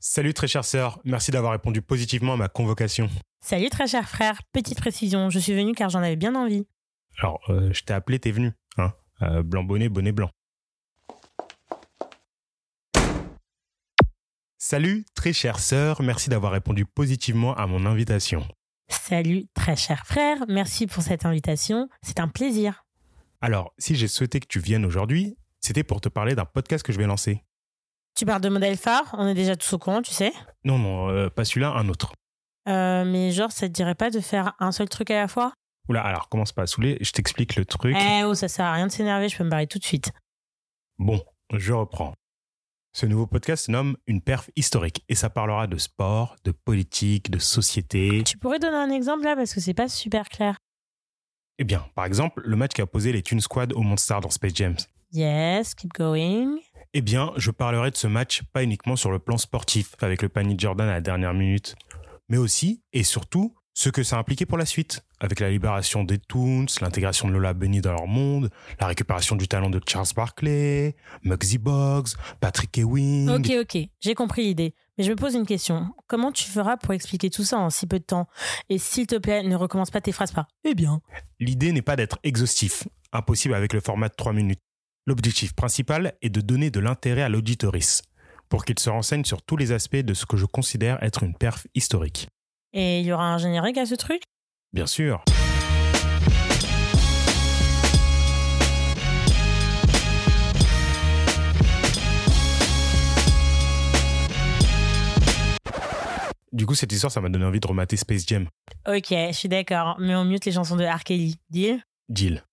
Salut très chère sœur, merci d'avoir répondu positivement à ma convocation. Salut très cher frère, petite précision, je suis venu car j'en avais bien envie. Alors, euh, je t'ai appelé, t'es venu. Hein Euh, blanc bonnet, bonnet blanc. Salut très chère sœur, merci d'avoir répondu positivement à mon invitation. Salut très cher frère, merci pour cette invitation, c'est un plaisir. Alors, si j'ai souhaité que tu viennes aujourd'hui, c'était pour te parler d'un podcast que je vais lancer. Tu parles de modèle phare, on est déjà tous au courant, tu sais. Non, non, euh, pas celui-là, un autre. Euh, mais genre, ça te dirait pas de faire un seul truc à la fois Oula, alors commence pas à saouler, je t'explique le truc. Eh oh, ça sert à rien de s'énerver, je peux me barrer tout de suite. Bon, je reprends. Ce nouveau podcast se nomme Une perf historique et ça parlera de sport, de politique, de société. Tu pourrais donner un exemple là parce que c'est pas super clair. Eh bien, par exemple, le match qui a opposé les Toon Squad au Monster dans Space Jam. Yes, keep going. Eh bien, je parlerai de ce match pas uniquement sur le plan sportif, avec le panier de Jordan à la dernière minute, mais aussi et surtout ce que ça a impliqué pour la suite, avec la libération des Toons, l'intégration de Lola Bunny dans leur monde, la récupération du talent de Charles Barkley, Muggsy Boggs, Patrick Ewing. Ok, ok, j'ai compris l'idée. Mais je me pose une question. Comment tu feras pour expliquer tout ça en si peu de temps Et s'il te plaît, ne recommence pas tes phrases par Eh bien. L'idée n'est pas d'être exhaustif, impossible avec le format de 3 minutes. L'objectif principal est de donner de l'intérêt à l'auditoris, pour qu'il se renseigne sur tous les aspects de ce que je considère être une perf historique. Et il y aura un générique à ce truc Bien sûr. Du coup, cette histoire, ça m'a donné envie de remater Space Jam. Ok, je suis d'accord, mais on mute les chansons de R. Kelly. Deal Deal.